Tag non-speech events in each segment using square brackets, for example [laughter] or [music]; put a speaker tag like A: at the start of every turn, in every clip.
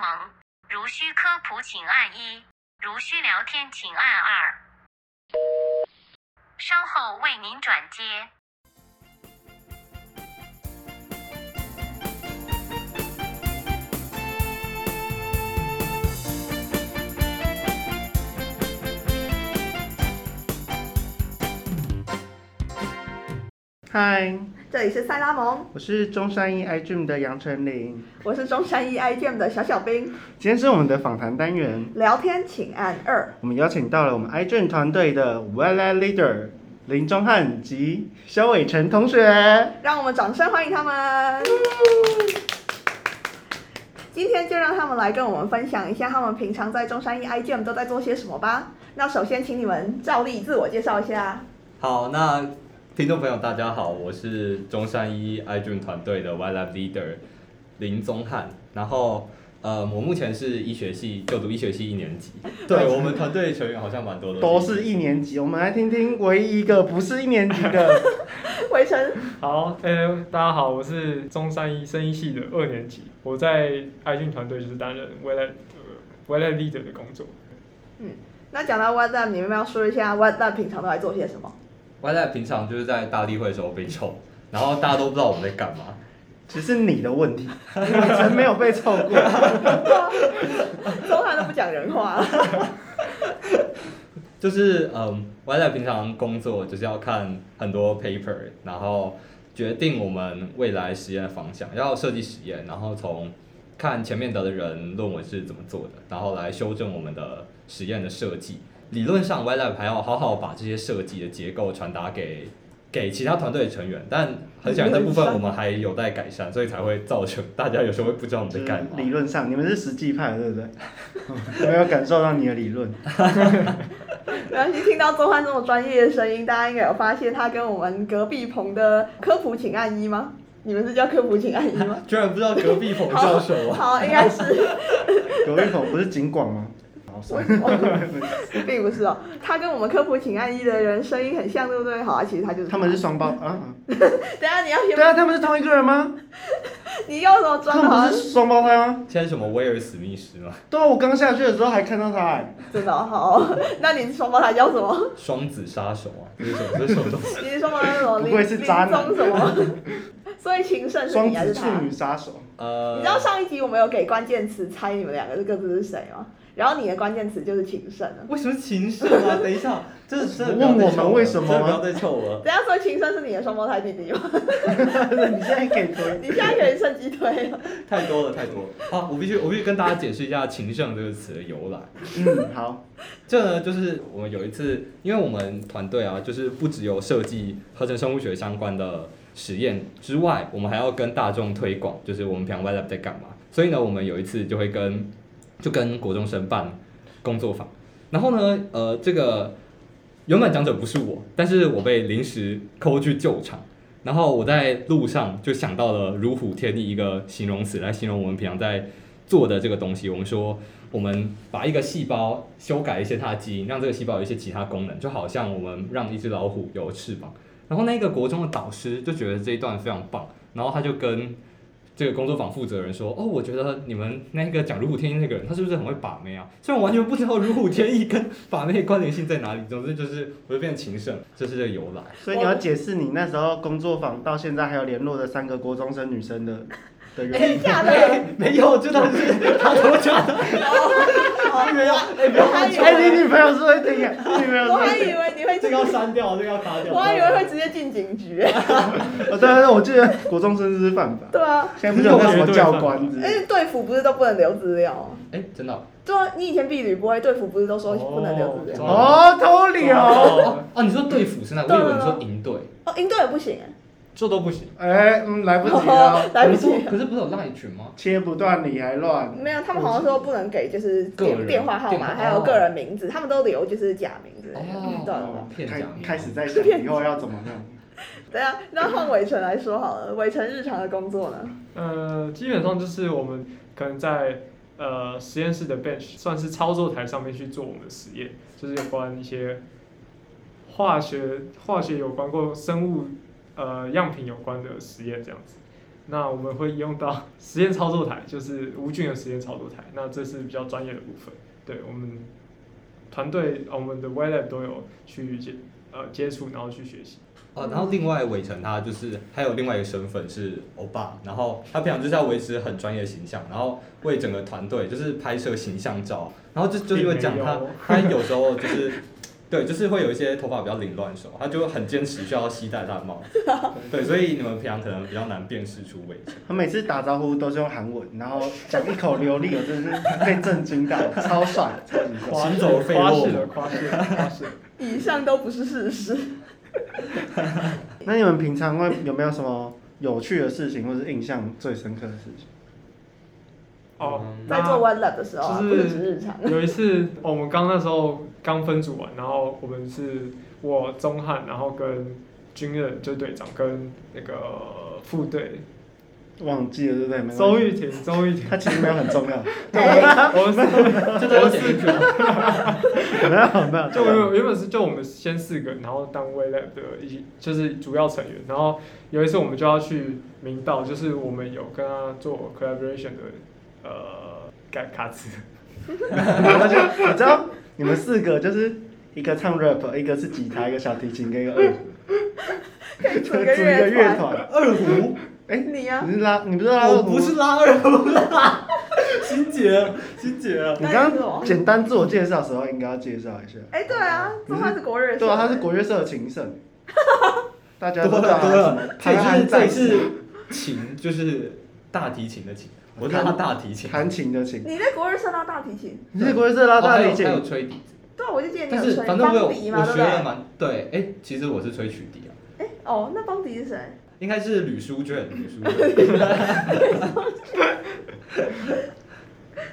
A: 忙。如需科普，请按一；如需聊天，请按二。稍后为您转接。
B: 嗨，
C: 这里是塞拉蒙，
B: 我是中山一 iDream 的杨丞琳，
C: 我是中山一 i g m 的小小兵。
B: 今天是我们的访谈单元，
C: 聊天请按二，
B: 我们邀请到了我们 iDream 团队的 w e l a Leader 林宗翰及肖伟成同学。
C: 让我们掌声欢迎他们。今天就让他们来跟我们分享一下他们平常在中山一 i g m 都在做些什么吧。那首先，请你们照例自我介绍一下。 [laughs]
D: 好，那听众朋友大家好，我是中山一 iDream 团队的 Y Lab Leader 林宗翰，然后呃，我目前是医学系就读医学系一
B: [laughs]
D: 年级，对我们团队成员好像蛮多的，
B: 都是一年级，我们来听听唯一一个不是一年级的。
C: 围城，
E: 好，呃，大家好，我是中山医生医系的二年级，我在爱俊团队就是担任 w e l a 呃 w e l a leader 的工作。
C: 那讲到 What Up，你们要不要说一下 What Up 平常都在做些什么？ [laughs]
D: Y Lab 平常就是在大例会的时候被抽，然后大家都不知道我们在干嘛，
B: 只是你的问题，你曾没有被凑过。
C: 中汉都不讲人话。
D: 就是嗯，Y Lab 平常工作就是要看很多 paper，然后决定我们未来实验的方向，要设计实验，然后从看前面的人论文是怎么做的，然后来修正我们的实验的设计。理论上，Y Lab 还要好好把这些设计的结构传达给给其他团队的成员，但很显然这部分我们还有待改善，所以才会造成大家有时候会不知道我们在干
B: 理
D: 嘛。
B: 论上，你们是实际派，对不对？没有感受到你的理论。
C: 没关系，听到中汉这么专业的声音，大家应该有发现他跟我们隔壁棚的科普请按一吗？你们是叫科普请按一
B: [laughs]
C: 吗？
D: 居然不知道隔壁冯教授啊！
C: 好，应该是。
B: 隔壁棚不是警广吗？好，
C: 我
B: 算了
C: 我并不是哦，他跟我们科普请按一的人声音很像，对不对？好啊，其实他就是
B: 他们是双胞啊？
C: 等一下你要
B: 对
C: 先，
B: 啊，他们是同一个人吗？
C: 你要怎么
B: 他
C: 装的？
B: 们不
C: 好像
B: 是双胞胎吗？
D: 现在什么威尔史密斯吗？
B: 对啊，我刚下去的时候还看到他、哎
C: 真的哦好哦，那你双胞胎叫
B: [laughs]
C: 什么？
D: 双子杀手啊，这是什么？这是什么东西？
C: 你是双胞胎叫什么？
B: 不
C: 林
B: 愧是渣男
C: 林宗什么？ [laughs] 所以情圣是
B: 双
C: 你还
B: 子
C: 是
B: 处
C: 他？
B: 女杀
C: [laughs]
B: 手，
D: 呃，
C: 你知道上一集我们有给关键词猜你们两个各自是谁吗？然后你的关键词就是情圣了。
D: 为什么禽兽啊？等一下，这这
B: 问我们为什么吗
D: 真的不要再臭我了。
C: 等一下说情圣是你的双胞胎弟弟吗？
B: 你现在可以推。
C: 你现在可以趁机推
D: [laughs]
C: 了。
D: 太多了，太多了。好，我必须我必须跟大家解释一下“情圣”这个词的由来。
B: 嗯，好，
D: [laughs] 这呢，就是我们有一次，因为我们团队啊，就是不只有设计合成生物学相关的实验之外，我们还要跟大众推广，就是我们平常 Web 在干嘛。所以呢，我们有一次就会跟就跟国中生办工作坊，然后呢，呃，这个原本讲者不是我，但是我被临时抠去救场。然后我在路上就想到了“如虎添翼”一个形容词来形容我们平常在做的这个东西。我们说，我们把一个细胞修改一些它的基因，让这个细胞有一些其他功能，就好像我们让一只老虎有翅膀。然后那个国中的导师就觉得这一段非常棒，然后他就跟这个工作坊负责人说：“哦，我觉得你们那个讲如虎添翼那个人，他是不是很会把妹啊？虽然我完全不知道如虎添翼跟把妹的关联性在哪里，总之就是我就变情圣，这是这个由来。”
B: 所以你要解释你那时候工作坊到现在还有联络的三个国中生女生
C: [laughs]
B: 的的
D: 哎
B: 原因。
C: 真哎假的？
D: [laughs]
C: 啊
D: 没有，这倒是他跟我
C: [laughs]
D: 讲的。
C: 好
D: 没有，哎，
C: 我
D: 不要
C: 还以
B: 哎、
C: 为
B: 你女朋友是会听啊？你女朋友是
C: 我还
B: 会
C: 以
B: 听？
C: 为你会
D: 这个要删掉，这个要卡掉。
C: 我还以为会直接进警局。 [laughs]
B: 哦，对啊，对啊我记得国中生是犯法。
C: 对啊，
B: 现在不是有那什么教官之
C: 而
B: 类的，
C: 且队服不是都不能留资料吗？
D: 哎，真的哦
C: 就你以前避旅不会，队服不是都说不能留资料？
E: 对
B: 哦，偷理哦。
D: 哦哦，你说队服是那，我以为你说营队，
C: 哦，营队也不行哎。
D: 这都不行。
B: 哎、嗯，来不及
C: 哦
B: 了，，
C: 来不
D: 可是
C: 及
D: 我。可是不是有赖群吗？
B: 切不断理还乱。
C: 没有，他们好像说不能给就是
D: 个人
C: 电电话号码，
D: 电话
C: 还有个人名字，他们都留就是假名字。对啊
D: 哦，骗
B: 开
D: 假名
B: 开始在想以后要怎么弄。
C: 对啊，那换伟成来说好了，伟成日常的工作呢？
E: 呃，基本上就是我们可能在呃实验室的 bench，算是操作台上面去做我们的实验，就是有关一些化学、化学有关或生物呃样品有关的实验这样子。那我们会用到实验操作台，就是无菌的实验操作台。那这是比较专业的部分。对我们团队，呃我们的 w e Lab 都有去接呃接触，然后去学习。
D: 哦，然后另外伟成他就是还有另外一个身份是欧巴，然后他平常就是要维持很专业的形象，然后为整个团队就是拍摄形象照，然后就就是会讲他
E: 并没有
D: 他有时候就是。对，就是会有一些头发比较凌乱的时候，他就很坚持需要吸戴大帽。对，所以你们平常可能比较难辨识出伟成。
B: 他每次打招呼都是用韩文，然后讲一口流利，我真的是被震惊到，超帅，超级帅。
D: 行走废
E: 夸
D: 物
E: 饰了，夸饰了，夸饰了。
C: 以上都不是事实。
B: 那你们平常会有没有什么有趣的事情，或是印象最深刻的事情？
E: 哦，
C: 在
E: 那
C: 做 One Lab 的时候啊，
E: 就
C: 不
E: 是
C: 只是日
E: [laughs]
C: 常。
E: 有一次，哦我们刚那时候刚分组完，然后我们是我钟汉，然后跟军人就队长跟那个副队
B: 忘记了对不对？没关系
E: 周玉婷，
B: [laughs]
E: 周玉婷，
B: 他其实没有很重要，
E: 我们是
D: 这都有剪进去吗？
B: 没有没有，
E: 就原本原本是就我们先四个，然后当 We Lab 的一起就是主要成员，然后有一次我们就要去明道，就是我们有跟他做 collaboration 的呃改卡词，
B: 然后就你知道，你们四个就是一个唱 rap，一个是吉他，一个小提琴，跟一个
D: [laughs]
B: 二胡，
C: 可以组
B: 组
C: 一
B: 一
C: 个
B: 个乐
C: 乐。
B: 团。
D: 二胡，
B: 哎，
C: 你啊呀
B: 你是拉，你不是拉二
D: 我
B: 胡？
D: 不是，拉二胡啦， [laughs] 心姐，心姐啊。
B: 你刚刚简单自我介绍的时候应该要介绍一下。
C: 哎，对啊，中汉是国乐社。
B: 对啊，他是国乐社的琴
C: [laughs]
B: 圣，大家
D: [laughs] 多
B: 都知
D: 了
B: 道他
D: 多
B: 是什么
D: 了，这
B: 弹
D: 也
B: 汉
D: 是啊这也
B: 战
D: 是
B: 士，
D: 琴，就是大提琴的琴，我
B: 弹
D: 拉大提琴，
B: 弹琴的琴。
C: 你在国乐社拉大提琴？
B: 你是国乐社拉大提
D: 哦还有还有
B: 琴，
D: 吹笛子，
C: 对啊，我就记得你
D: 但
C: 有
D: 是
C: 吹
D: 反正我有
C: 邦迪嘛，
D: 我
C: 对不
D: 学了
C: 对？
D: 蛮对，哎，其实我是吹曲笛啊，
C: 哎，哦，那邦迪是谁？
D: 应该是吕淑 [laughs] 娟，吕淑娟。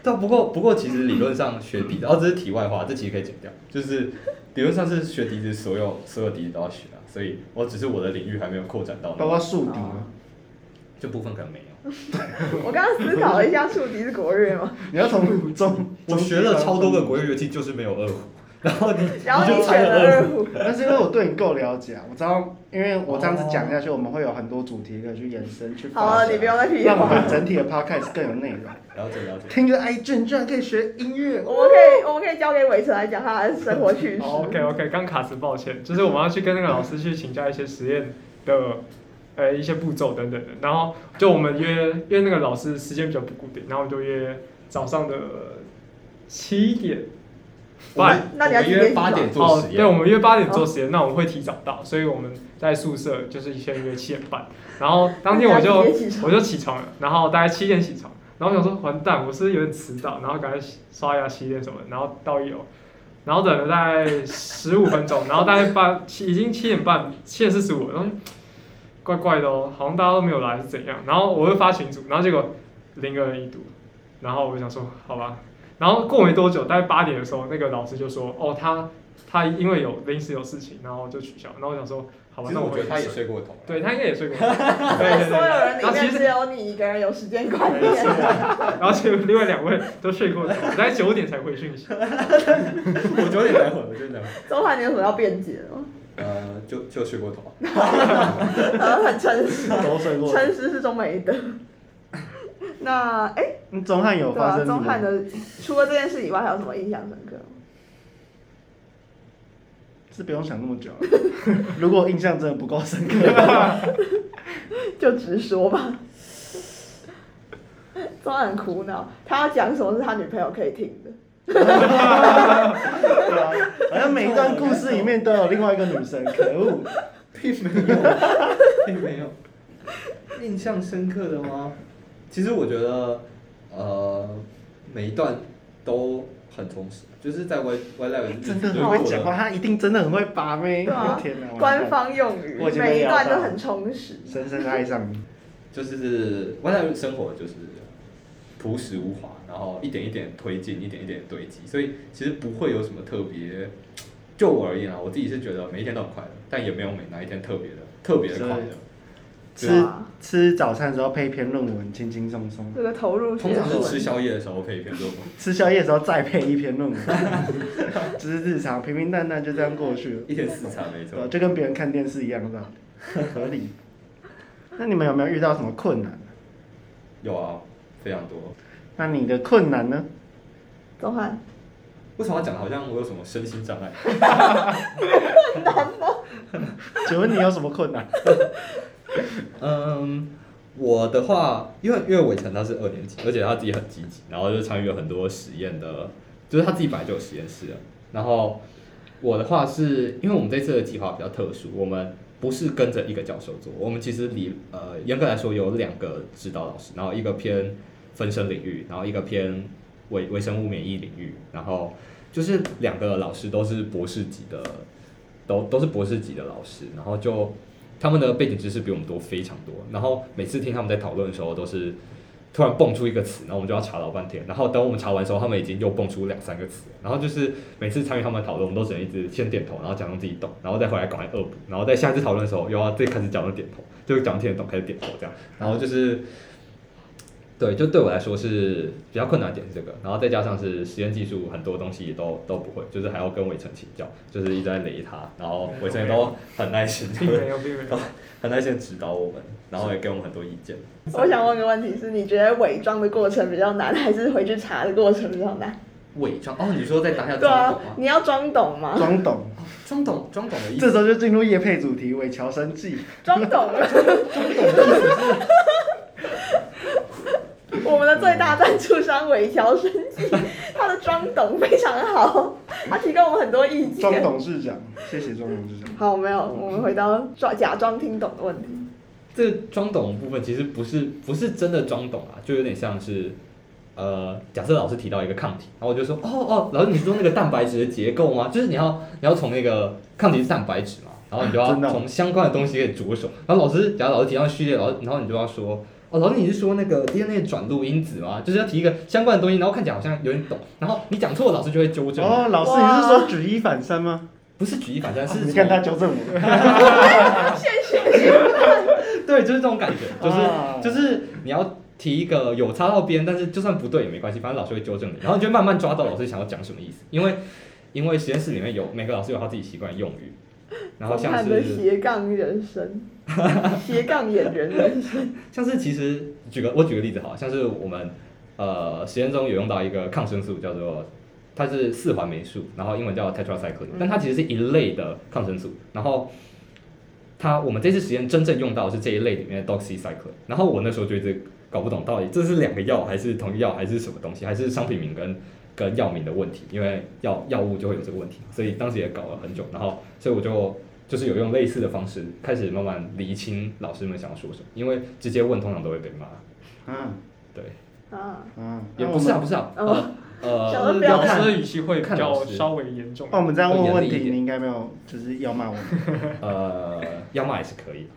D: 但不过不过，其实理论上学笛子，哦，这是题外话，这其实可以剪掉。就是理论上是学笛子，所有所有笛子都要学啊，所以我只是我的领域还没有扩展到
B: 包
D: 那个，
B: 括啊竖笛
D: 哦
B: 吗？
D: 这部分可能没有。
C: 我刚刚思考了一下，竖笛是国乐
B: [laughs]
C: 吗？
B: 你要
D: [laughs]
B: 从中，
D: 我学了超多个国乐乐器，就是没有 [laughs] 二胡。然后你，
C: 然后你
D: 就猜
C: 选
D: 了
C: 了
D: 二
C: 二
D: 胡。
C: 胡，
B: 但是因为我对你够了解啊，我知道，因为我这样子讲下去，我们会有很多主题可以去延伸去
C: 好啊
B: 发
C: 了，你
B: 展
C: 不，用再去演
B: 让我
C: 了。
B: 们整体的 podcast 更有内容。
D: 了解了解。
B: 听着哎 i 卷居然可以学音乐，
C: 我们可以，我们可以交给伟成来讲他的生活趣事。
E: 哦，OK OK，刚卡词抱歉，就是我们要去跟那个老师去请教一些实验的，呃，一些步骤等等的。然后就我们约约那个老师时间比较不固定，然后我们就约早上的七点
D: 我
E: 半
D: 们。
C: 那你要
D: 我们约
C: 几点
D: 八
C: 起床
D: 点做实
E: 哦对，我
D: 验。
E: 们约八点做实验，那我们会提早到，所以我们在宿舍就是先约七点半，然后当天我就
C: 大家直接起床
E: 我就起床了，然后大概七点起床，然后我想说完蛋，我是不是有点迟到，然后赶快洗刷牙洗脸什么的，然后到一楼，然后等了大概十五分钟，然后大概八七已经七点半七点四十五了，然后嗯怪怪的哦，好像大家都没有来是怎样，然后我就发群组，然后结果零个人已读，然后我就想说好吧。然后过没多久，大概八点的时候，那个老师就说：“哦，他他因为有临时有事情，然后就取消。然后我想说，好吧，
D: 其实
E: 那
D: 我
E: 回
D: 觉得他也
E: 去睡
D: 睡过头。
E: 对他应该也睡 [laughs] 过头，对
C: 在
E: 对
C: 所有人
E: 对。
C: 里
E: 然后其
C: 面，只
E: 实，
C: 有你一个人有时间观念。
E: 然后其实另外两位都睡过头，我大概九点才回讯息。
D: [laughs] 我九点才回，我九点才回。
C: 周汉，你有什么要辩解的吗？
D: [laughs] 呃，就就睡过头啊。
C: 呃，很诚实，
B: 都睡过。
C: 诚实是种美德。那哎，
B: 嗯钟汉有
C: 对
B: 发
C: 啊，
B: 生什
C: 钟汉
B: 么？
C: 的除了这件事以外，还有什么印象深刻吗？
B: 是不用想那么久啊。 [laughs] 如果印象真的不够深刻的话，
C: 就直说吧。钟汉很苦恼，他要讲什么是他女朋友可以听的。
B: 对啊，好像每一段故事里面都有另外一个女生，可恶。
D: [laughs] 并没 [laughs] 有，并没有。印象深刻的吗？其实我觉得，呃，每一段都很充实，就是在 Y Y Live
B: 真的很会讲话，他一定真的很会把妹。
C: 对啊
B: 我的哎天哪！完蛋
C: 官方用语
B: 我已，经被
C: 每一段
B: 撩到
C: 都很充实。
B: 深深地爱上你，
D: 就是 One Life 生活就是朴实无华，然后一点一点推进，一点一点堆积，所以其实不会有什么特别。就我而言啊，我自己是觉得每一天都很快乐，但也没有每哪一天特别的特别的快 [laughs] 乐。
B: 吃
C: 哇
B: 吃早餐的时候配一篇论文，轻轻松松；
C: 这个投入
D: 通
C: 学
D: 常是
C: 术，
D: 吃宵夜的时候配一篇作文，
B: 吃宵夜的时候再配一篇论
C: [laughs]
B: 文，就是日常平平淡淡就这样过去了。
C: 啊
D: [laughs] 一天四餐没
B: 对吧
D: 错。
B: 就跟别人看电视一样的，合理。那你们有没有遇到什么困难？
D: 有啊，非常多。
B: 那你的困难呢？
C: 周汉，
D: 为什么要讲得好像我有什么身心障碍？
B: 请问你有什么困
C: [laughs]
B: 难？
D: 嗯，我的话，因为因为伟成他是二年级，而且他自己很积极，然后就参与了很多实验的，呃就是他自己本来就有实验室了。然后我的话是因为我们这次的计划比较特殊，我们不是跟着一个教授做，我们其实里呃严格来说有两个指导老师，然后一个偏分身领域，然后一个偏微微生物免疫领域，然后就是两个老师都是博士级的，都都是博士级的老师，然后就他们的背景知识比我们多非常多，然后每次听他们在讨论的时候都是突然蹦出一个词，然后我们就要查老半天，然后等我们查完的时候，他们已经又蹦出两三个词，然后就是每次参与他们的讨论，我们都只能一直先点头，然后假装自己懂，然后再回来赶快恶补，然后在下一次讨论的时候又要再开始假装点头，就假装听得懂开始点头这样，然后就是。对，就对我来说是比较困难的点是这个，然后再加上是实验技术很多东西也都都不会，就是还要跟伟成请教，就是一直在雷他，然后伟成也都很耐心，
E: 并没有，并没有。
D: 很耐心地指导我们，然后也给我们很多意见。
C: 我想问个问题是，你觉得伪装的过程比较难，还是回去查的过程比较难？
D: 伪装哦，你说在当下
C: 对
D: 装
C: 啊
D: 懂，吗？
C: 你要装懂吗？
B: 装懂。
D: 装懂，装懂的意
B: 这
D: 思，
B: 时候就进入夜配主题，伪乔生记。
C: 装懂了。我们的最大赞助商尾桥生技，他的装懂非常好，他提供我们很多意
B: 庄
C: 见。
B: 董事长，谢谢庄董事长。
C: 好，没有，我们回到装假装听懂的问题。
D: 这个装懂的部分其实不是不是真的装懂啊，就有点像是。呃，假设老师提到一个抗体，然后我就说，哦哦，老师你说那个蛋白质的结构吗？就是你要你要从那个抗体是蛋白质嘛，然后你就要
B: 真的哦
D: 从相关的东西给着手。然后老师，假如老师提到序列，老师然后你就要说，哦，老师你是说那个 DNA 转录因子吗？就是要提一个相关的东西，然后看起来好像有点懂，然后你讲错，老师就会纠正你。
B: 哦，老师，
C: 哇
B: 你是说举一反三吗？
D: 不是举一反三，是
B: 啊你看他
D: 从
B: 纠正我。
C: 谢谢谢谢。
D: [laughs] 对，就是这种感觉，就是、
B: 啊
D: 就是你要提一个有擦到边，但是就算不对也没关系，反正老师会纠正你，然后你就慢慢抓到老师想要讲什么意思，因为因为实验室里面有每个老师有他自己习惯的用语，然后像
C: 看的
D: 是
C: 斜杠人生，斜杠演员人生。
D: 像是其实举个我举个例子好了，像是我们呃实验中有用到一个抗生素叫做。它是四环霉素，然后英文叫 tetracycline，但它其实是一类的抗生素。然后它我们这次实验真正用到的是这一类里面的 doxycycline，然后我那时候就一直搞不懂到底这是两个药还是同一药还是什么东西，还是商品名跟跟药名的问题，因为药药物就会有这个问题，所以当时也搞了很久，然后所以我就就是有用类似的方式开始慢慢厘清老师们想要说什么，因为直接问通常都会被骂，
B: 啊
D: 对，
C: 啊，
B: 啊，
D: 也
B: 那
D: 不
B: 我
D: 是啊
B: 们
D: 不是啊，
C: 哦
D: 呃呃
C: [laughs] 想得不要
E: [laughs] 老
D: 看
E: 师的语气会比
D: 看
E: 较
D: 老师
E: 稍微严重
B: 那。我们这样问问
D: 会严厉一
B: 题，
D: 点
B: 你应该没有就是要骂我们。
D: 呃要骂也是
C: [laughs]
D: 可以，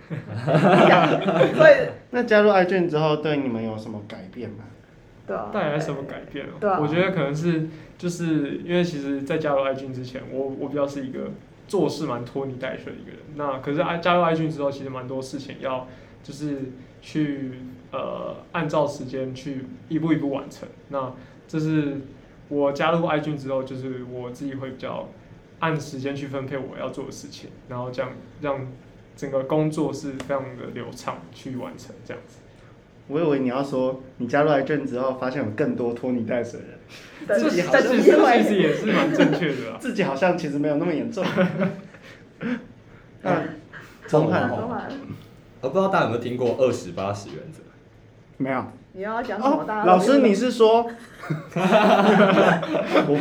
C: 所以
B: 那加入 iGen 之后，对你们有什么改变吗？
C: 对啊，
E: 带来什么改变哦？
C: 对啊
E: 我觉得可能是就是因为其实，在加入 iGun 之前，我我比较是一个做事蛮拖泥带水的一个人。那可是 i 加入 iGun 之后，其实蛮多事情要就是去呃按照时间去一步一步完成。那这是我加入 iGun 之后，就是我自己会比较按时间去分配我要做的事情，然后这样让整个工作是非常的流畅去完成这样子。
B: 我以为你要说你加入 iGen 之后，发现有更多拖泥带水的人，
C: 等
E: 这
B: 自己好像
C: 等
E: 这
C: 机
E: 这其实
C: 会。
E: 也是蛮正确的啦。啊
B: 自己好像其实没有那么严
C: [laughs]
B: 重。啊那
D: 中
B: 看
C: 周汉，
D: 哦我不知道大家有没有听过二十八十原则？
B: 没有
C: 你又要讲什么？
B: 哦
C: 大，家都
B: 老师
C: 听
B: 你是 [laughs] 说？我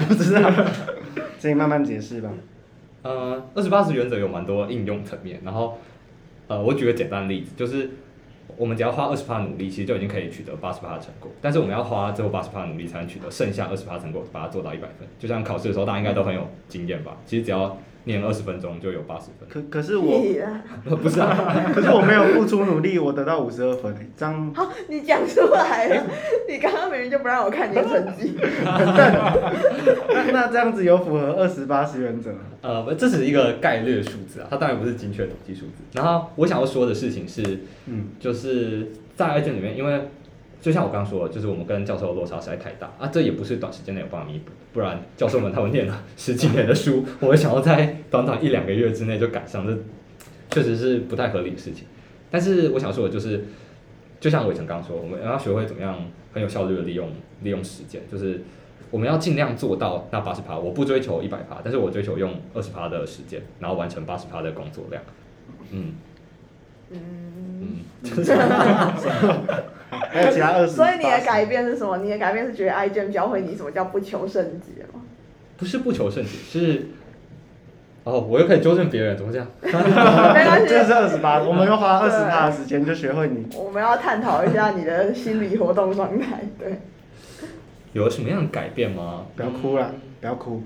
B: 不知道， [laughs] 自己慢慢解释吧。
D: 呃，二十八十原则有蛮多应用层面，然后呃，我举个简单的例子，就是我们只要花二十趴努力，其实就已经可以取得八十趴的成果，但是我们要花最后八十趴努力才能取得剩下二十趴成果，把它做到一百分。就像考试的时候，大家应该都很有经验吧？其实只要念二十分钟就有八十分， [laughs]
B: 可可是
C: 懂
B: 我，
C: 屁啦
D: 不是啊？
B: 可是我没有付出努力，我得到五十二分、欸，这样
C: [laughs] 好，你讲出来了，你刚刚明明就不让我看你的成绩。
B: 那那这样子有符合二十八十原则吗？
D: 呃，不这只是一个概率的数字啊，它当然不是精确统计数字。然后我想要说的事情是，
B: 嗯，
D: 就是在 i 卷里面，因为就像我刚刚说的，就是我们跟教授的落差实在太大啊，这也不是短时间内有办法弥补，不然教授们他们念了十几年的书，我们想要在短短一两个月之内就赶上，这确实是不太合理的事情。但是我想说的就是，就像伟成刚说，我们要学会怎么样很有效率的利用利用时间，就是我们要尽量做到那八十趴。我不追求一百趴，但是我追求用二十趴的时间，然后完成八十趴的工作量。嗯
C: 嗯，
D: 嗯，
B: 还有其他二十。
C: 所以你的改变是什么？你的改变是觉得 iGen 教会你什么叫不求甚解
B: [laughs]
C: 吗？
D: 不是不求甚解，是哦，我又可以纠正别人，怎么这样？
C: 没关
B: 这
C: [laughs]
B: 是
C: 系，
B: 二十八，我们又花二十八的时间就学会你。
C: 我们要探讨一下你的心理活动状态。对，
D: 有什么样的改变吗？
B: 不要哭了，不要哭。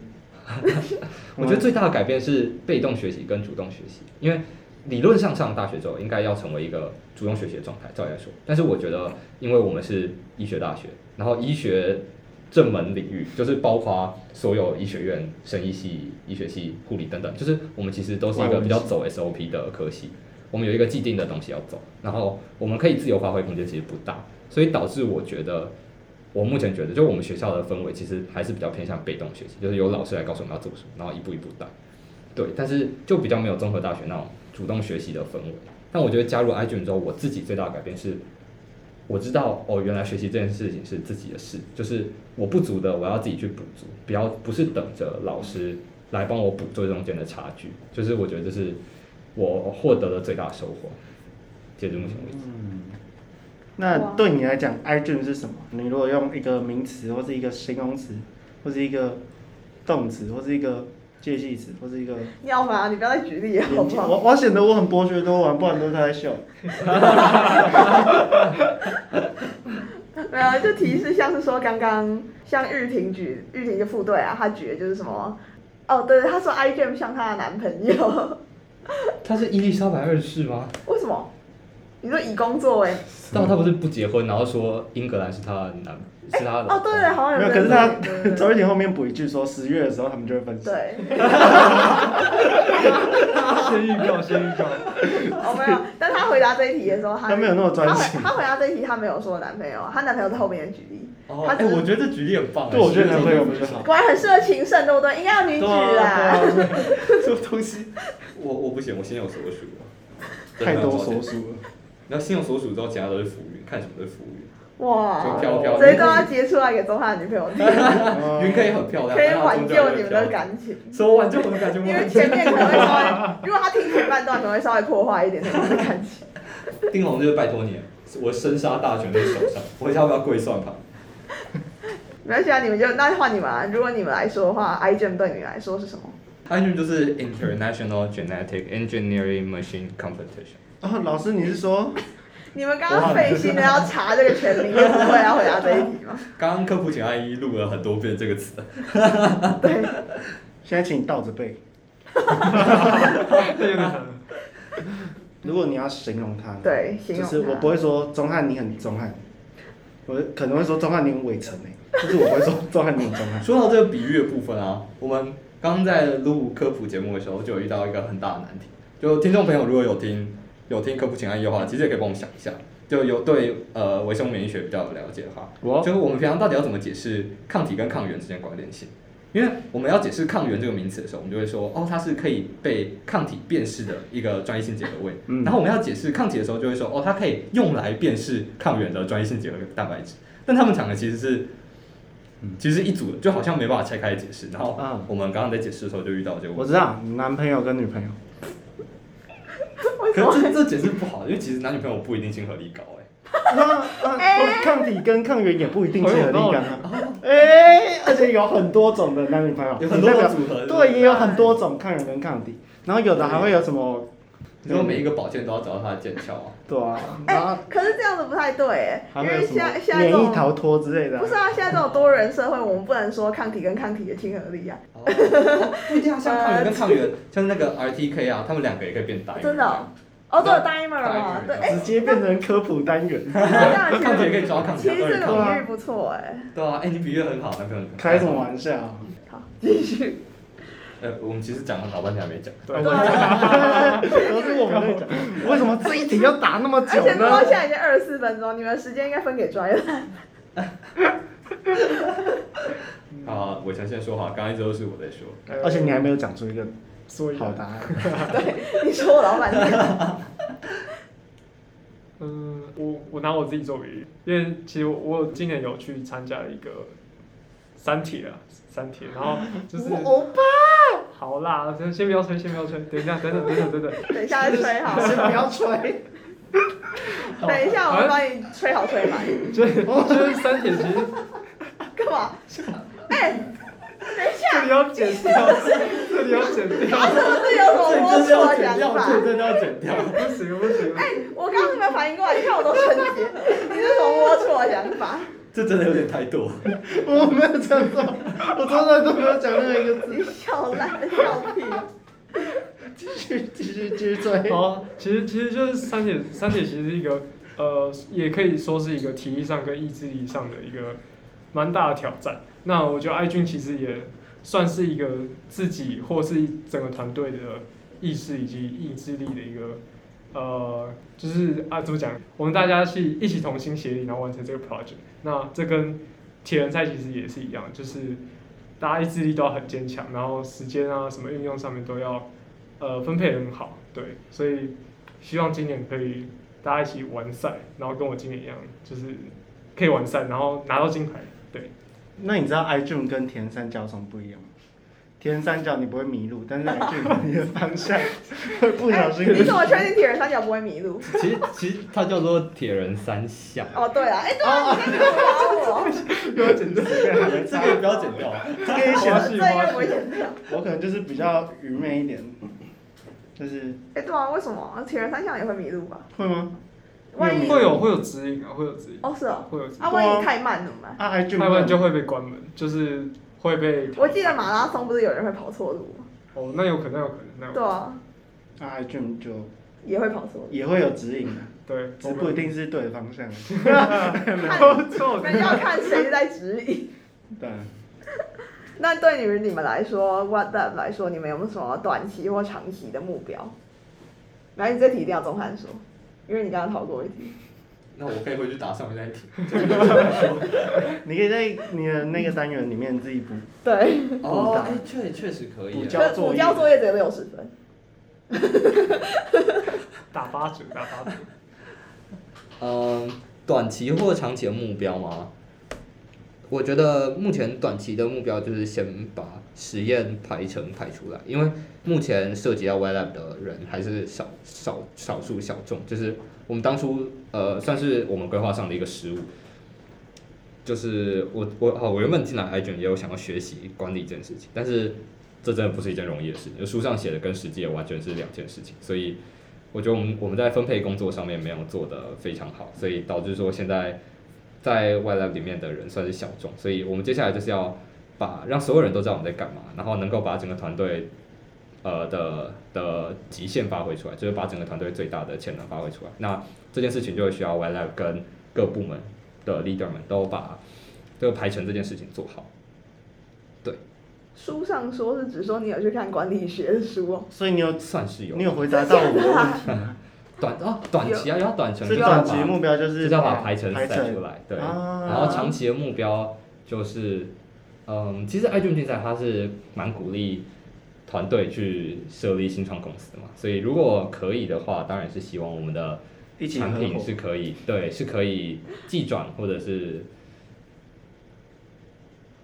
D: 我觉得最大的改变是被动学习跟主动学习，因为理论上上大学之后应该要成为一个主动学习的状态，照理来说。但是我觉得，因为我们是医学大学，然后医学正门领域就是包括所有医学院、生医系、医学系、护理等等，就是我们其实都是一个比较走 SOP 的科系，我们有一个既定的东西要走，然后我们可以自由发挥空间其实不大，所以导致我觉得我目前觉得，就我们学校的氛围其实还是比较偏向被动学习，就是由老师来告诉我们要做什么，然后一步一步带。对，但是就比较没有综合大学那种主动学习的氛围。但我觉得加入 iGen 之后，我自己最大的改变是，我知道哦，原来学习这件事情是自己的事，就是我不足的，我要自己去补足，不要不是等着老师来帮我补最中间的差距。就是我觉得这是我获得的最大收获。截至目前为
B: 嗯
D: 止，
B: 那对你来讲，iTunes 是什么？你如果用一个名词，或是一个形容词，或是一个动词，或是一个介系词，或是一个
C: 要嘛，你不要再举例了好
B: 连
C: 不
B: 接，
C: 好？
B: [laughs] 我我要显得我很博学多闻，不然都是他在笑。
C: 没有，就提示像是说刚刚像玉婷举玉婷的副队啊，她举的就是什么？哦，对，她说 i g m 像她的男朋友， [laughs]
D: 他是伊丽莎白二世吗？
C: 为什么？你说以工作
B: [laughs]
C: 为
D: 但他不是不结婚，然后说英格兰是他的男，是他的老
C: 哦，
D: 公
C: 对对，好像
B: 没有，
C: 有
B: 可是
C: 这
B: 他
C: 个对
B: [laughs]
C: 对对
B: 早一点后面补一句说，十月的时候他们就会分手。 [laughs]
C: 对，
E: 啊先预告，先预告。
C: 哦没有，但她回答这一题的时候，她
B: 他没有那么专
C: 她回
B: 心
C: 她回答这一题，她没有说男朋友，她男朋友在后面举例，
D: 哦，
C: 他
D: 哎、
C: 只是
D: 我觉得这举例很棒。哎
B: 对，我觉得
D: 很
B: 男朋友比较好。
C: 果然很适合情圣，对不对？应该要女举啊。
B: 对啊，
D: 什么东西？我我不行，我先有所属嘛。
B: [laughs] 太多所属了。
D: 然后先有所属之后，其他都是浮云，看什么都是浮云。
C: 哇
D: 就，飘飘
C: 这一段要截出来给周汉的女朋友听，
D: 云可以很漂亮，
C: 可以
D: 但它
C: 挽
D: 终究
C: 救
D: 会
C: 你们
D: 飘
C: 的。感情。
D: 什么挽救我的感觉？
C: 因为
D: 我
C: 前面可能会稍微，如果他听前半段，可能会稍微破坏一点他们的感情。
D: 丁红就是拜托你了，我生杀大权在手上，我要不要跪算盘？
C: 没关系啊，你们就那换你们啊。如果你们来说的话，iGen 对你们来说是什么？
D: 安全就是 International Genetic Engineering Machine Competition。
B: 哦，老师，你是说
C: 你们刚刚费心的要查这个全名，又不会要回答这一题吗？
D: [laughs] 刚刚科普请阿姨录了很多遍这个词，
C: 对，
B: 现在请你倒着背？
E: [laughs] 这有点难了。
B: 如果你要形容他，
C: 对形容
B: 就是
C: 他
B: 我不会说钟汉你很钟汉，我可能会说钟汉你很伟成诶，就是我不会说钟汉你很钟汉。
D: 说到这个比喻的部分啊，我们刚在录科普节目的时候，就有遇到一个很大的难题。就听众朋友如果有听有听科普情爱的话，其实也可以帮我想一下，就有对呃微生物免疫学比较有了解的话，
E: 我
D: 就是我们平常到底要怎么解释抗体跟抗原之间的关联性？因为我们要解释抗原这个名词的时候，我们就会说，哦，它是可以被抗体辨识的一个专一性结合位。
B: 嗯
D: 然后我们要解释抗体的时候，就会说，哦，它可以用来辨识抗原的专一性结合蛋白质。但他们讲的其实是其实一组的，就好像没办法拆开解释。然后
B: 嗯
D: 我们刚刚在解释的时候就遇到这个
B: [laughs] 我
D: 问题，
B: 知道，男朋友跟女朋友，
C: 为什
D: 可
C: 么？
D: 是这
C: [laughs]
D: 这解释不好，因为其实男女朋友不一定亲和力高
C: 嗯
D: 哎、
B: 那
C: 哎
B: 呃，抗体跟抗原也不一定是合力
E: 好有
B: 感
E: 道理
B: 啊。哎，而且有很多种的男女朋友，
D: 有很多
B: 代
D: 种
B: 表
D: 组合。不
B: 对，也有很多种抗原跟抗体，然后有的还会有什么？
D: 你说每一个宝剑都要找到它的剑鞘
C: [laughs]
D: 啊？
B: 对啊，然后
C: 可是这样子不太对欸，
B: 还
C: 因
B: 会有
C: 为
B: 什
C: 现在现
B: 么免
C: 在这
B: 疫
C: 种
B: 逃脱之类的啊
C: 不。是啊，现在这种多人社会，我们不能说抗体跟抗体的亲和力啊，
D: 哦不一定啊，像抗原跟抗原，像那个 RTK 啊，他们两个也可以变
B: 哎
D: 呆。
C: 呃真的哦。哦，都有
D: 那
C: dimer 了嘛？
D: dimer
C: 对，哎，
B: 直接变成科普单元，
C: 那这样
D: 那
C: 其实
D: 抗体也可以抓抗体
C: 其
D: 啊，
C: 实这
D: 二
C: 种
D: 抗。
C: 比喻不错哎。
D: 对啊，哎，你比喻得很好，男朋友。
B: [laughs] 开什么？玩笑啊？
C: 好，继续。
D: 呃，我们其实讲了老半天还没讲。
E: 对，
C: 啊
B: [laughs] 都是我们在讲，
C: [laughs]
B: 为什么这一题要打那么
C: 而
B: 久
C: 且录到
B: 呢？
C: 现在已经二十四分钟，你们时间应该分给专业。 [laughs]
D: 啊，我先先说哈，刚刚一直都是我在说。
B: 而且你还没有讲出一个
E: 所以啊
B: 好答案。
C: 你说我老板娘，
E: 嗯我拿我自己做比喻，因为其实我我今年有去参加一个三铁啊，三铁，然后就是
C: 我欧巴，
E: 好啦，先先不要吹，先不要吹，等一下，等等等等等等，
C: 等一下再吹好，
B: [laughs] 先不要吹，
C: [laughs] 等一下我们帮你吹好吹满，
E: 就是就是三铁其实
C: 干嘛？
B: [laughs]
C: 哎、等一
E: 这
C: 下
E: 里，要剪掉，这里要剪掉，
C: 他是不是有种龌
B: 这是
C: 龊
B: 要
C: 的
B: 剪
C: 想
B: 掉，
C: 法？
B: 这真的要剪掉。
E: 不行不行，
C: 哎我刚刚没反应过来，你看我都瞬间，你是什么龌龊的想法？
D: 这真的有点太多。
B: 我没有讲错，我从来都没有讲任何一个字。
C: 你笑烂的笑屁！
E: [laughs]
B: 继续继续继续吹。
E: 好，其实其实就是三铁，三铁其实是一个呃，也可以说是一个体力上跟意志力上的一个蛮大的挑战。那我觉得艾俊其实也算是一个自己或是整个团队的意识以及意志力的一个呃，就是啊怎么讲，我们大家是一起同心协力，然后完成这个 project。那这跟铁人赛其实也是一样，就是大家意志力都要很坚强，然后时间啊什么运用上面都要呃分配得很好，对，所以希望今年可以大家一起完赛，然后跟我今年一样，就是可以完赛，然后拿到金牌，对，
B: 那你知道 iJune 跟田三角有什么不一样吗？田三角你不会迷路，但是 iJune 你的方向 [laughs] 会不小心。
C: 哎你怎么确定铁人三角不会迷
E: [laughs]
C: 路？
D: 其实其实它叫做铁人三项。
C: 哦，对啊，哎、对啊，你在搞我，
B: 又要剪掉，
D: 这个不要剪掉，
B: 这个也
C: 这
B: 显
C: 个
B: 得
C: 应该不会剪掉。
B: 我可能就是比较愚昧一点，就是
C: 哎、对啊，为什么铁人三项也会迷路吧？
B: 会吗？
C: 万一
B: 你
E: 会有会有指引啊，会有指引，
C: 哦，是哦，
E: 会有指
C: 啊，万一太慢怎么办？
B: 啊
E: 引，
B: iJune
E: 台湾就会被关门，就是会被，
C: 我记得马拉松不是有人会跑错路吗？
E: 哦，那有可能，那有可能，那有可
C: 对
E: 能
C: 啊，
B: 啊 iJune 就
C: 也会跑错路。
B: 也会有指引的，啊
E: 对，
B: 只不一定是对的方向。
C: 看，
E: 不错，
C: 那要看谁在指引。
B: 对，啊
C: 那对于你们来说，What Up 来说，你们有没有什么短期或长期的目标？来，你这题一定要钟汉说，因为你刚刚逃过一题。
D: [laughs] 那我可以回去打上面那一题。
B: 你可以在你的那个单元里面自己补。
C: 对，
D: 哦，哎，确确实可以
B: 补。教
C: 那
B: 作业
C: 补交作业只有六十分。
E: [laughs] 打八折，打八折，
D: 嗯，短期或长期的目标吗？我觉得目前短期的目标就是先把实验排程排出来，因为目前涉及到 Y Lab 的人还是少少少数小众，就是我们当初呃算是我们规划上的一个失误。就是我我哦，我原本进来 i g e n 也有想要学习管理这件事情，但是这真的不是一件容易的事情，就书上写的跟实际的完全是两件事情，所以我觉得我们我们在分配工作上面没有做得非常好，所以导致说现在在 Y Lab 里面的人算是小众，所以我们接下来就是要把让所有人都知道我们在干嘛，然后能够把整个团队呃的的极限发挥出来，就是把整个团队最大的潜能发挥出来。那这件事情就会需要 Y Lab 跟各部门的 leader 们都把这个排程这件事情做好。
C: 书上说是只说你有去看管理学的书哦，
B: 所以你有
D: 算是有
B: 你有回答到我的问题吗？
D: 短啊短期啊，要短程
B: 所以
D: 就是要
B: 短期
D: 把
B: 目标就是
D: 就是要把排程
B: 排
D: 塞出
B: 程
D: 来，对。
B: 啊
D: 然后长期的目标就是，嗯，其实爱俊竞赛它是蛮鼓励团队去设立新创公司的嘛，所以如果可以的话，当然是希望我们的
B: 一起合
D: 产品
B: 伙。
D: 是可以，对，是可以寄转或者是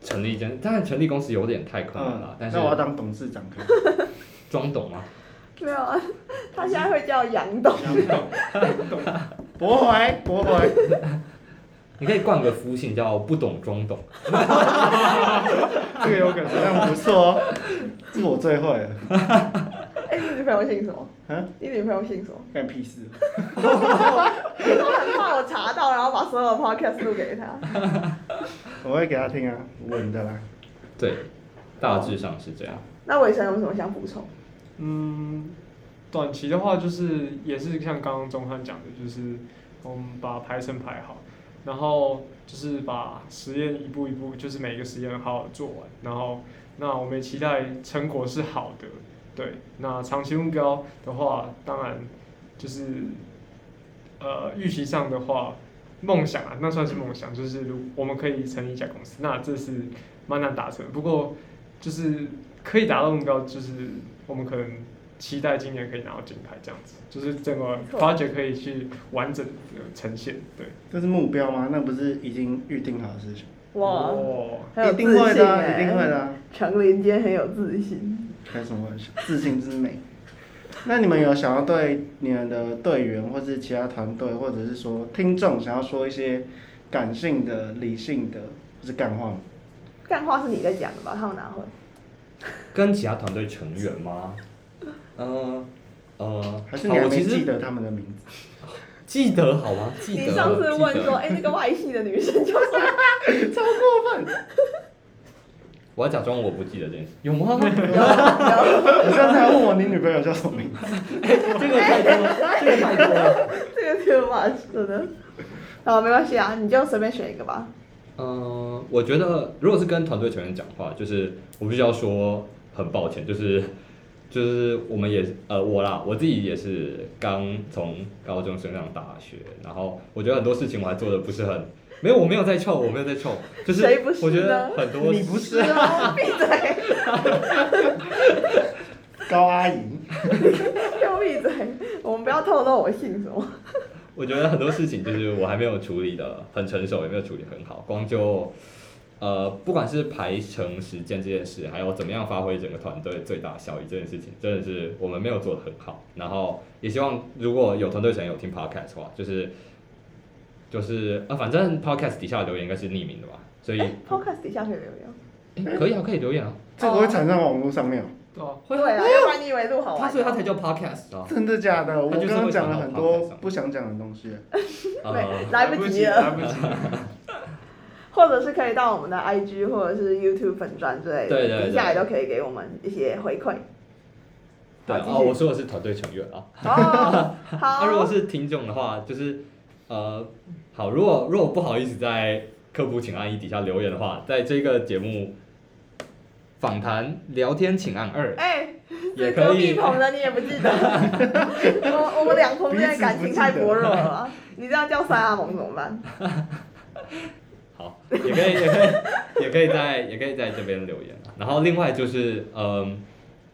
D: 成立一间，当然成立公司有点太困难了，
B: 嗯，
D: 但是
B: 那我要当董事长可以。
D: 装懂嘛，
C: 没有啊？他现在会叫杨董，
B: 驳回，驳回。
D: 你可以冠个夫姓叫不懂装懂，
E: 这个有可
B: 好
E: 能，
B: 像不错哦， [laughs] 这个我最会了，
C: 哎、你女朋友姓什么？
B: 嗯
C: 你女朋友姓什么？
B: 干屁事！哦
C: 我很怕我查到，然后把所有的 podcast 录给他。
B: 我会给他听啊，稳的啦。
D: 对，大致上是这样。
C: 那伟成有什么想补充？
E: 嗯，短期的话就是也是像刚刚钟汉讲的，就是我们把排程排好，然后就是把实验一步一步，就是每个实验好好做完，然后那我们也期待成果是好的，对。那长期目标的话，当然就是呃预期上的话，梦想啊，那算是梦想，就是如我们可以成立一家公司，那这是呃蛮难达成的，不过就是可以达到目标，就是我们可能期待今年可以拿到金牌这样子，就是整个 project 可以去完整的呈现。对，
B: 这是目标吗？那不是已经预定好的事情？
C: 哇，
E: 哦
C: 很有
B: 一
C: 自
B: 定
C: 信
B: 会的啊、
C: 哎
B: 一定会的、啊。
C: 程林今天很有自信。
B: 开什么玩笑？自信之美。 [laughs] 那你们有想要对你们的队员，或是其他团队，或者是说听众，想要说一些感性的、理性的，或是干话吗？
C: 干话是你在讲的吧？他们哪会？
D: 跟其他团队成员吗？呃呃，
B: 还是你
D: 好
B: 还
D: 我
B: 没
D: 其实
B: 记得他们的名字？
D: 记得好吗？记得。
C: 你上次问
D: 记
C: 说，
D: 得
C: 哎、那个外系的女生叫什么？
B: [laughs]
D: 我要假装我不记得这件事，有
C: [laughs]
D: 吗？
C: 有
B: 你上次还问我你女朋友叫什么名字？
D: 这个太多了，这个太多了。
C: 有，这个 too much，真的。好，没关系啊，你就随便选一个吧。
D: 嗯，我觉得如果是跟团队成员讲话，就是我必须要说很抱歉，就是就是我们也呃我啦，我自己也是刚从高中升上大学，然后我觉得很多事情我还做的不是很。没有，我没有在臭，我没有在臭，就是
C: 谁不是
D: 我觉
C: 呢
D: 得很多
B: 你不是
C: 啊， [laughs] 闭嘴，
B: 高阿姨。
C: 给我闭嘴！我们不要透露我姓什么。
D: 我觉得很多事情就是我还没有处理的很成熟，也没有处理很好，光就呃，不管是排程时间这件事，还有怎么样发挥整个团队最大效益这件事情，真的是我们没有做得很好。然后也希望如果有团队成员有听 podcast 的话，就是就是啊，反正 podcast 底下的留言应该是匿名的吧，所以、
C: Podcast 底下可以留言。
D: 诶可以啊，可以留言啊，
B: 这个会产生网络上面哦、
E: 对啊，
C: 对啊，要不然你以为录好玩？
D: 他所以他才叫 podcast 啊，
B: 真的假的？我
D: 他
B: 刚
D: 就是
B: 刚
D: 会
B: 讲
D: 传
B: 了
D: 到
B: 很多
D: podcast 上
B: 不想讲的东西。
D: 呃
C: 对，来不及了
E: 来
D: 啊
E: 不及，
C: 或者是可以到我们的 IG 或者是 YouTube 粉专之类的，
D: 对对对
C: 底下也都可以给我们一些回
D: [laughs]
C: 馈。
D: 对
C: 好继
D: 啊，
C: 续
D: 我说的是团队成员啊。
C: 哦，
D: 那、如
C: 好，
D: 果是听众的话，就是呃，好，如果如果不好意思在科普请按一底下留言的话，在这个节目访谈聊天请按二，
C: 哎，这
D: 也可
C: 隔壁
D: 以。
C: 棚的你也
B: [laughs]
C: 不记得，我我们两棚之间的感情太薄弱了吧，你这样叫塞阿蒙怎么办？
D: 好，也可以，也可以，也可以在也可以在这边留言啊。然后另外就是，嗯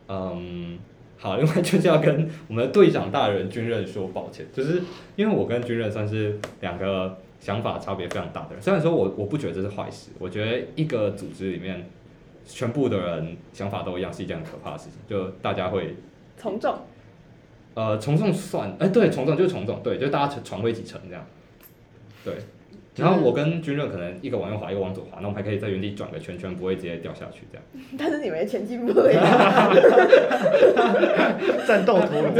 D: 嗯，好，另外就是要跟我们的队长大人军任说抱歉，就是因为我跟军任算是两个想法差别非常大的人。虽然说我我不觉得这是坏事，我觉得一个组织里面全部的人想法都一样是一件很可怕的事情，就大家会
C: 从众，
D: 呃，从众算，哎、对，从众就是从众，对，就大家床床会一起成这样，对。然后我跟君热可能一个往右滑，一个往左滑，那我们还可以在原地转个圈圈，不会直接掉下去这样。
C: 但是你们的前进不一样，
B: 战斗陀
D: [laughs]
B: 螺，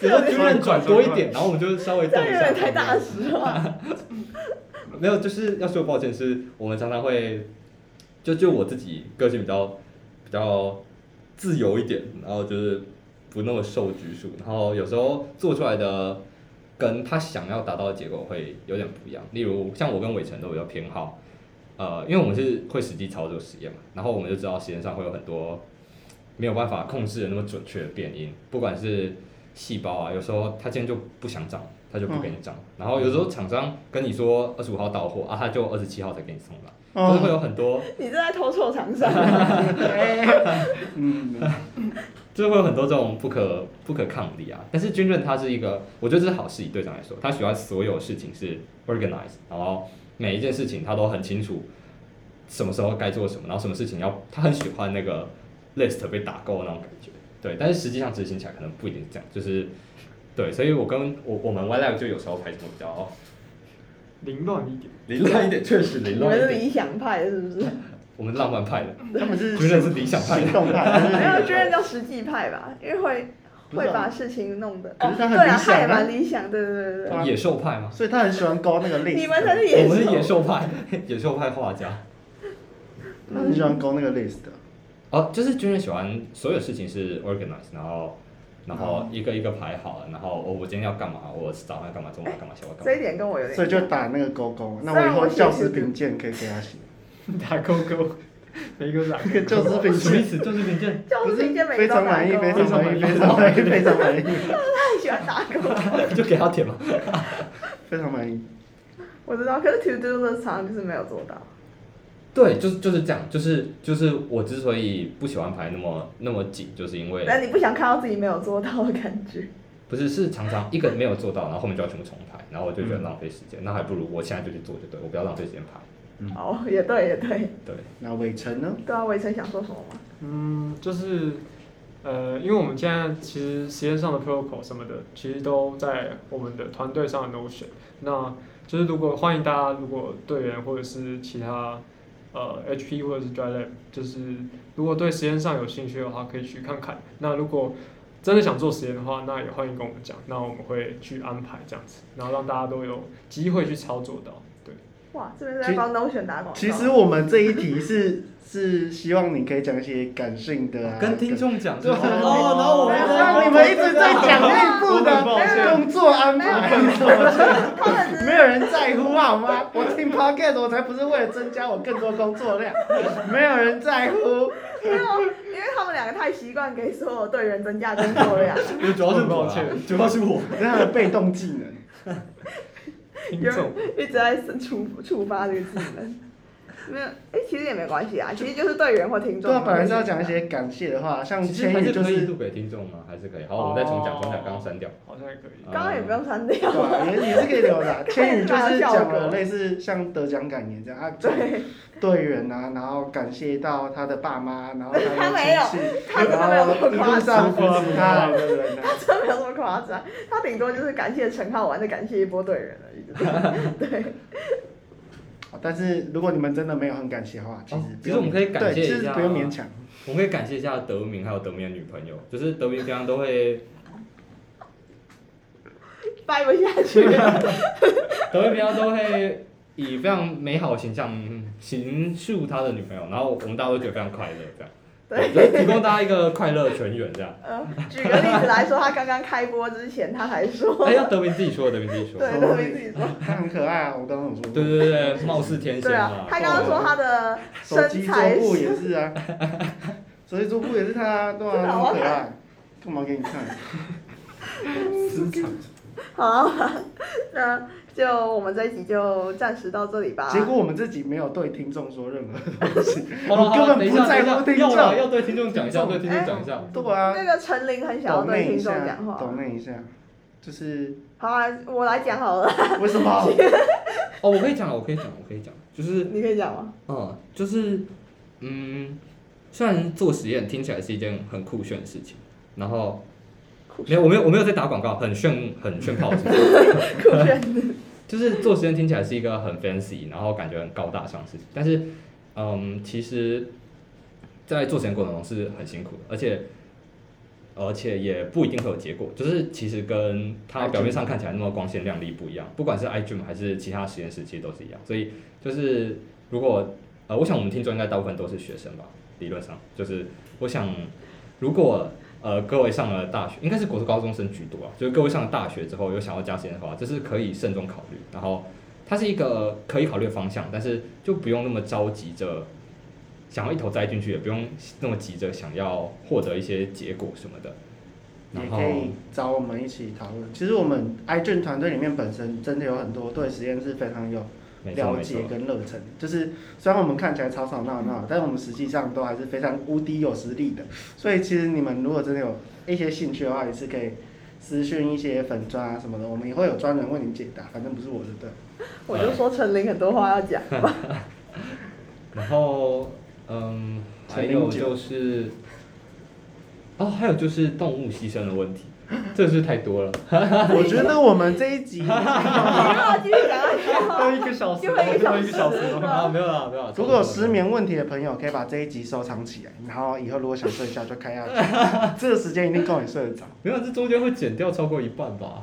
D: 只是君热转多一点，然后我们就稍
C: [laughs]
D: 微
C: 这
D: 动
C: 样
D: 一
C: 有
D: 下。
C: 点太大实话。
D: 没有，就是要说抱歉，是我们常常会，就就我自己个性比较比较自由一点，然后就是不那么受拘束，然后有时候做出来的跟他想要达到的结果会有点不一样。例如，像我跟伟成都比较偏好，呃，因为我们是会实际操作实验嘛，然后我们就知道实验上会有很多没有办法控制的那么准确的变因，不管是细胞啊，有时候它今天就不想长，它就不给你长，然后有时候厂商跟你说二十五号到货啊，他就二十七号才给你送来，就是会
B: 哦，
D: 有很多，
C: 你这在偷臭长上，
B: [laughs] 嗯，
D: 就是会有很多这种不可不可抗力啊。但是军政它是一个，我觉得这是好事，以队长来说，他喜欢所有事情是 organized，然后每一件事情他都很清楚什么时候该做什么，然后什么事情要，他很喜欢那个 list 被打勾的那种感觉。对，但是实际上执行起来可能不一定是这样，就是对，所以我跟我我们 Y Lab 就有时候排什么比较
E: 凌乱一点。
D: 凌乱一点，确实凌
C: 你
D: 乱
C: 们
D: 一
C: 是
D: 点。
C: 理想派的
B: [laughs]
C: 是不是？
B: 啊
D: 我们是浪漫派的，
B: 他们是
D: 军人是理想派
B: 行 [laughs]
D: 的。
B: 动派，
C: 没
B: 就
C: 有，
B: 是
C: 觉得叫实际派吧，因为会
B: 不是
C: 会
B: 啊
C: 把事情弄得。
B: 可是他很
C: 对啊，
B: 理想
C: 他
B: 啊
C: 也蛮理想，对对对对
B: 对啊
D: 野兽派吗？
B: 所以他很喜欢勾那个 list。
C: 对。你们才是
D: 我
C: 野
D: 们是野
C: 兽，
D: 兽派， [laughs] 野兽派画家。
B: 他很喜欢勾那个 list 的。
D: 哦，就是军人喜欢所有事情是 organize，然后然后一个一个排好了，然后哦我我今天要干嘛，我早上要干嘛，中午要干嘛，下午要
C: 这
D: 干
C: 一
D: 嘛。
C: 点跟我有点。
B: 所以就打那个勾勾。那我以后教师评鉴可以给他写，
E: 打勾勾，每一
C: [laughs]
E: 个打勾勾
B: 跟教师评
D: 什么意
B: 鉴。
D: 思？就是凭 [laughs] 证。
C: 就
B: 不
C: 是
B: 是
C: 林健美
B: 非常满意，非常满意，非常满意，非常满意，
C: 太 [laughs] 喜欢打勾，
D: 就给他填嘛。
B: 非常满意。
C: 我知道。可是 to do list 常常就是没有做到，
D: 对，就是就是这样，就是就是我之所以不喜欢排那么那么紧，就是因为
C: 那你不想看到自己没有做到的感觉？
D: 不是是常常一个没有做到，然后后面就要全部重排，然后我就觉得浪费时间，那还不如我现在就去做就对，我不要浪费时间排。
B: 嗯
C: 哦，也对，也对。
D: 对，
B: 那伟成呢？
C: 对啊，伟成想说什么吗？
E: 嗯，就是呃，因为我们现在其实实验上的 protocol 什么的，其实都在我们的团队上的 Notion。那就是如果欢迎大家，如果队员或者是其他呃 HP 或者是 Dry Lab，就是如果对实验上有兴趣的话，可以去看看。那如果真的想做实验的话，那也欢迎跟我们讲，那我们会去安排这样子，然后让大家都有机会去操作到。对，
C: 哇，这边是在帮 Notion 打广告。
B: 其实我们这一题是是希望你可以讲一些感性的啊，
D: 哦跟听众讲
B: 对
D: 就是
B: 哦
D: 然后我
B: 对。
D: 们
B: 那你们一直在讲内部
E: 我很抱
B: 的
E: 歉
B: 工作安排，
C: 他们只是
B: 没有人在乎好吗？我听 podcast 我才不是为了增加我更多工作量，没有人在乎。
C: 因为我因为他们两个太习惯给所有队员增加工作
B: [laughs]
C: 量，
D: 我主要是我啊
E: 抱
D: 啦 [laughs]
E: 歉，
D: 主要是我。
B: 这样的被动技能。
E: 听
C: 有
E: 众
C: 一直在触触发这个技能。没有，哎、其实也没关系啊，其实就是队员或听众。
B: 对啊，本来是要讲一些感谢的话，像
D: 其实
B: 千
D: 还
B: 羽
D: 是
B: 就
D: 可以哦
B: 是
D: 录给听众吗？还是可以。好，我们再重讲，重讲，刚刚删掉。
E: 好像也可以。
D: 呃
C: 刚刚也不用删
B: 对
C: 掉。
B: 吧、也也是可以留的、
C: [laughs]
B: 啊。千羽就是
C: 效
B: 讲
C: 果
B: 了类似像得奖感言这样啊，
C: 对，
B: 队员啊，然后感谢到他的爸妈，然后
C: 他
B: 他
C: 没有
B: 的亲戚，
C: 他真的没
B: 然
C: 有
B: 后
C: 那么
B: 一
C: 夸
B: 路
C: 张，
B: 上扶持
D: [laughs]
B: 他的人啊。
C: 真没有那么夸张。他顶多就是感谢陈浩完，再感谢一波队员
B: [laughs]
C: 而已。对，
B: 哦但是如果你们真的没有很感谢的话，其实
D: 哦
B: 不用
D: 其实我们可以感谢
B: 对
D: 一下啊
B: 其实不用勉强。
D: 我们可以感谢一下德明还有德明的女朋友，就是德明平常都会， [laughs]
C: 掰不下去。
D: 德明平常都会以非常美好的形象嗯形塑他的女朋友，然后我们大家都觉得非常快乐，这样，
C: 对，
D: 就是提供大家一个快乐全员这样。
C: 呃，举个例子来说，他刚刚开播之前，他还说，
D: 哎，要德明自己说，德明自己说。
C: 对，他会自己说，
B: 他很可爱啊，我刚刚有说过。
D: 对对对对，貌似天仙
C: 对啊，他刚刚说他的
B: 手
C: 身
B: 机
C: 材
B: 桌布也是啊，手机桌布也是他、啊，对
C: 真的
B: 啊，
C: 好
B: 很可爱
C: 看。
B: 干嘛给你看？
D: 私藏。
C: 好， [laughs] 那就我们这一集就暂时到这里吧。
B: 结果我们自己没有对听众说任何，
D: 好了好
B: 我根
D: 了，等
B: 本
D: 一
B: 不
D: 下，
B: 在乎
D: 等
B: 听
D: 一下，
B: 众
D: 要了要对听众讲一下，对听众讲一下。
B: 对啊
C: 那，个陈琳很想要
B: 懂
C: 对
B: 那一
C: 听众
B: 下
C: 讲，话
B: 懂。那一下，就是 [laughs]
C: 好啊，我来讲好了，
B: 为什
D: [laughs]
B: 么？
D: 哦，我可以讲，我可以讲，我可以讲，就是
C: 你可以讲吗？
D: 嗯，就是嗯，虽然做实验听起来是一件很酷炫的事情，然后没有，我没有，我没有在打广告，很炫很炫炮的事情，
C: 酷炫的，
D: 就是做实验听起来是一个很 fancy，然后感觉很高大上的事情，但是嗯，其实，在做实验过程中是很辛苦的，而且。而且也不一定会有结果，就是其实跟它表面上看起来那么光鲜亮丽不一样，不管是 iGEM 还是其他实验室，其实都是一样。所以就是如果呃，我想我们听众应该大部分都是学生吧，理论上就是我想，如果呃各位上了大学，应该是国高中生居多啊，就是各位上了大学之后有想要加实验的话，这是可以慎重考虑，然后它是一个可以考虑的方向，但是就不用那么着急着。想要一头栽进去，也不用那么急着想要获得一些结果什么的。
B: 也
D: 然
B: 可
D: 后
B: 以找我们一起讨论。其实我们 iGen 团队里面本身真的有很多对实验是非常有
D: 没错
B: 了
D: 没错
B: 解，跟热忱，就是虽然我们看起来吵吵闹闹，但我们实际上都还是非常无敌有实力的。所以其实你们如果真的有一些兴趣的话，也是可以私讯一些粉砖啊什么的，我们也会有专人为你解答。反正不是我的
D: [laughs]
B: 对。
C: 我就说陈琳很多话要讲。
B: [laughs]
D: 然后，嗯，还
B: 陈
D: 有
B: 林九
D: 就是，哦，还有就是动物牺牲的问题，这是太多了。
B: 我觉得我们这一集，
C: 你要继续讲下
B: [laughs]
C: 去吗
E: 又一个小时，
C: 又一个小时
E: 又一个小时了。
D: 啊，没有啦，没有啦。
B: 如果有失眠问题的朋友，可以把这一集收藏起来，然后以后如果想睡觉就开下
D: [laughs]
B: 去，这个时间一定够你睡得着，
D: 没有，这中间会减掉超过一半吧？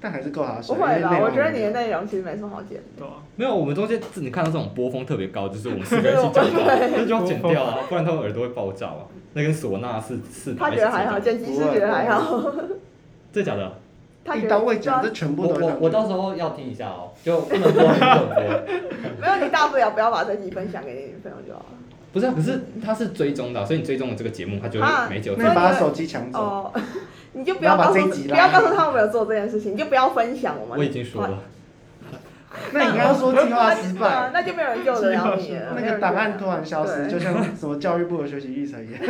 B: 但还是够好
C: 不
B: 睡。
C: 会
B: 因
C: 吧？
B: 为内容
C: 我觉得你的内容其实没什么好剪的。
E: 对啊，
D: 没有，我们中间你看到这种波峰特别高，就是我们四个人一起讲
E: [laughs]
D: 话，那就要减掉啊，不然他们耳朵会爆炸啊。那跟唢呐是是
C: 他觉得还好，剪辑师觉得还好。
D: 真假的？
C: [laughs] 他觉
B: 一
C: 得
B: 刀未讲，这全部
D: 我
B: 都会
D: 我
B: 上
D: 我
B: 去。
D: 到时候要听一下哦，就不能播，不能播。
C: 没有，你大不了不要把这集分享给你女朋友就好了。
D: [laughs] 不是啊，可是他是追踪的啊，所以你追踪了这个节目，他就
C: 啊
D: 会没结果
B: 那。你把他手机抢走，
C: 哦， [laughs] 你就不
B: 不要
C: 要
B: 把
C: 告诉
B: 这一集
C: 不
B: 拉
C: 要告诉他我们有做这件事情，你就不要分享我们。
D: 我已经说了。
B: 那你刚刚说计划失
C: 对啊
B: 败，
C: 那就没有人救得了你了。
B: 那个档案突然消失，
C: 对
B: 就像什么教育部的学习历程一样。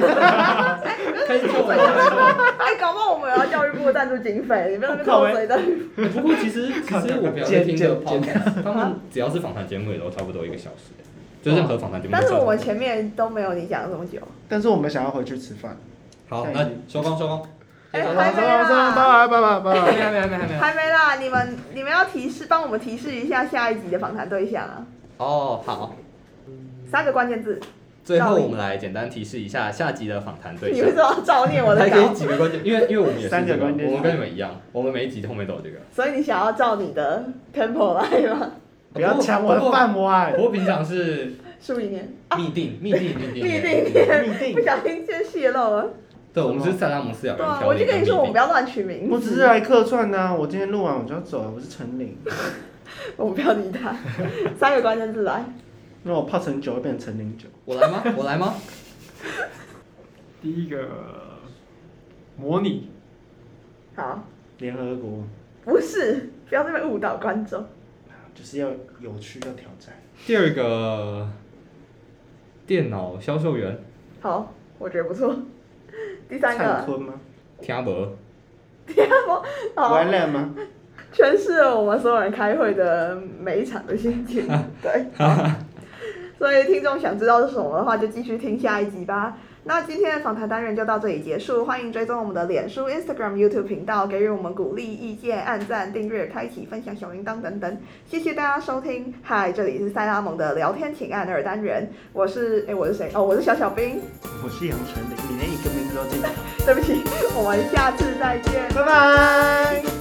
D: 可以做了。
C: [laughs] 哎，搞不好我们有要教育部的赞助经费，你不要在那边
B: 靠
C: 偷
B: 背
C: 谁的。
D: 不过 [laughs] 其实其实我平常在
B: 剪
D: 听的
B: 剪
C: [laughs]
D: podcast，他 [laughs] 们只要是访谈节目也都差不多一个小
C: 哦
D: 时，就任何访谈节目都
C: [laughs] 但
D: 差不
C: 是
D: 多。
C: 我们前面都没有你讲这么久。
B: 但是我们想要回去吃饭。
D: 好，那收工收工。
C: 哎
B: 好，拜
C: 还没
B: 拜
C: 啦，
B: 拜啊拜拜
E: 还
B: 拜
E: 没。还没还没还没，
C: 还没啦，你们你们要提示，帮我们提示一下下一集的访谈对象啊，
D: 哦，好。
C: 三个关键字。
D: 最后我们来简单提示一下下集的访谈对
C: 你为
D: 象
C: 什。么要照念我的
D: 还
C: 稿
D: 可？以几个关键，因为因为我们也是
B: 三个
D: 这个，
B: 关键
D: 我们跟你们一样，我们每一集后面都有这个。
C: 所以你想要照你的 tempo 来吗？ [laughs]
B: 不要抢我的饭碗
D: 不。过平常是
C: 数一年，
D: 密定、密定、密定、
C: 啊密定
B: 密定
C: 不小心先泄露了。
D: 对，我们是萨达姆斯两
C: 对
D: 个人
C: 啊，
D: 挑
C: 我
D: 了一
C: 就
D: 个
C: 跟
D: 密
C: 你说，我们
D: 定
C: 不。要乱取名字。
B: 我只是啊来客串呐、我今天录完我就要走了，我是陈琳。
C: 我们不要理他。三个关键字来，
B: 那我泡成酒会变成陈琳酒。
D: 我
C: [laughs]
D: 来吗？我来吗？
E: 第一个模拟
C: 好，
B: 联合国
C: 不是，不要这么误导观众。
B: 就是要有趣，要挑战。
D: 第二个电脑销售员，
C: 好，我觉得不错。第三
B: 灿
C: 个，
B: 坤吗？
D: 听博，
C: 好，
B: 玩了吗？
C: 诠释了我们所有人开会的每一场的心情。对，好所以听众想知道是什么的话，就继续听下一集吧。那今天的访谈单元就到这里结束，欢迎追踪我们的脸书、Instagram、YouTube 频道，给予我们鼓励、意见、按赞、订阅、开启、分享小铃铛等等。谢谢大家收听，嗨，这里是塞拉蒙的聊天请按二单元，我是诶，我是谁？哦，我是小小兵，
B: 我是杨丞琳，你连一个名字都记不住。
C: 对不起，我们下次再见，
B: 拜拜。